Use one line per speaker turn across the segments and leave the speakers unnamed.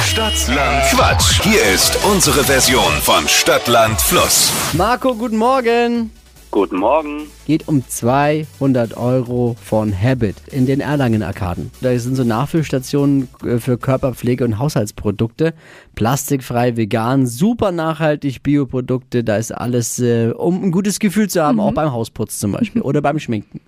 Stadtland Quatsch. Hier ist unsere Version von Stadtland Fluss.
Marco, guten Morgen.
Guten Morgen.
Geht um 200 Euro von Habit in den Erlangen-Arkaden. Da sind so Nachfüllstationen äh, für Körperpflege und Haushaltsprodukte. Plastikfrei, vegan, super nachhaltig, Bioprodukte. Da ist alles, äh, um ein gutes Gefühl zu haben, auch beim Hausputz zum Beispiel oder beim Schminken.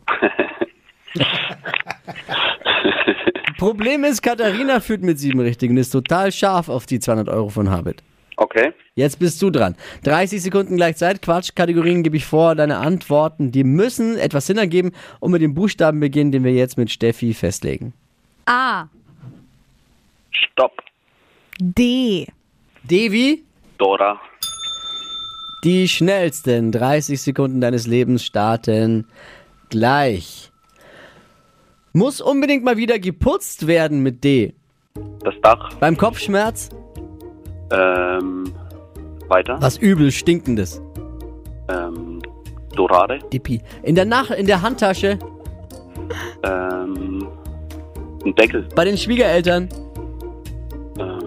Problem ist, Katharina führt mit sieben richtig und ist total scharf auf die 200 Euro von Habit.
Okay.
Jetzt bist du dran. 30 Sekunden gleich Zeit. Quatsch, Kategorien gebe ich vor. Deine Antworten, die müssen etwas Sinn ergeben und mit dem Buchstaben beginnen, den wir jetzt mit Steffi festlegen.
A.
Stopp.
D.
Devi,
Dora.
die schnellsten 30 Sekunden deines Lebens starten gleich. Muss unbedingt mal wieder geputzt werden mit D.
Das Dach.
Beim Kopfschmerz,
Ähm. Weiter.
was übel stinkendes.
Ähm. Dorade.
Dippi. In der Nach in der Handtasche,
Ähm. Ein Deckel.
bei den Schwiegereltern,
Ähm.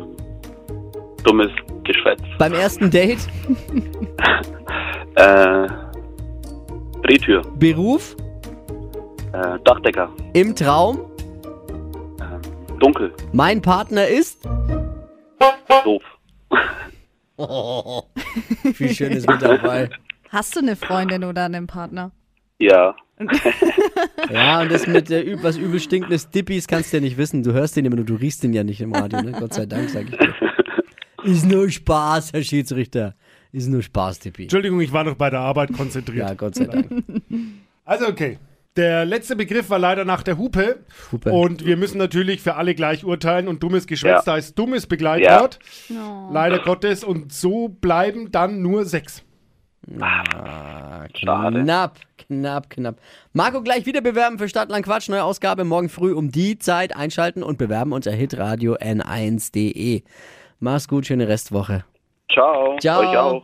Dummes Geschwätz.
beim ersten Date,
Äh. Drehtür.
Beruf,
Äh, Dachdecker.
im Traum,
Dunkel.
mein Partner ist.
Doof.
Oh, viel Schönes mit dabei.
Hast du eine Freundin oder einen Partner?
Ja.
Ja, und das mit der üb was übel stinkendes Dippis kannst du ja nicht wissen. Du hörst den immer nur, du riechst den ja nicht im Radio, ne? Gott sei Dank, sag ich dir. Ist nur Spaß, Herr Schiedsrichter. Ist nur Spaß, Dippi.
Entschuldigung, ich war noch bei der Arbeit konzentriert.
Ja, Gott sei Dank.
Also okay. Der letzte Begriff war leider nach der Hupe.
Hupe.
Und wir müssen natürlich für alle gleich urteilen. Und dummes Geschwätz,
Ja.
da ist dummes Begleitwort. Leider Gottes. Und so bleiben dann nur sechs.
Schade.
Knapp, knapp, knapp. Marco, gleich wieder bewerben für Stadtland Quatsch. Neue Ausgabe morgen früh um die Zeit einschalten und bewerben unter hitradio n1.de. Mach's gut, schöne Restwoche.
Ciao.
Ciao.
Euch auch.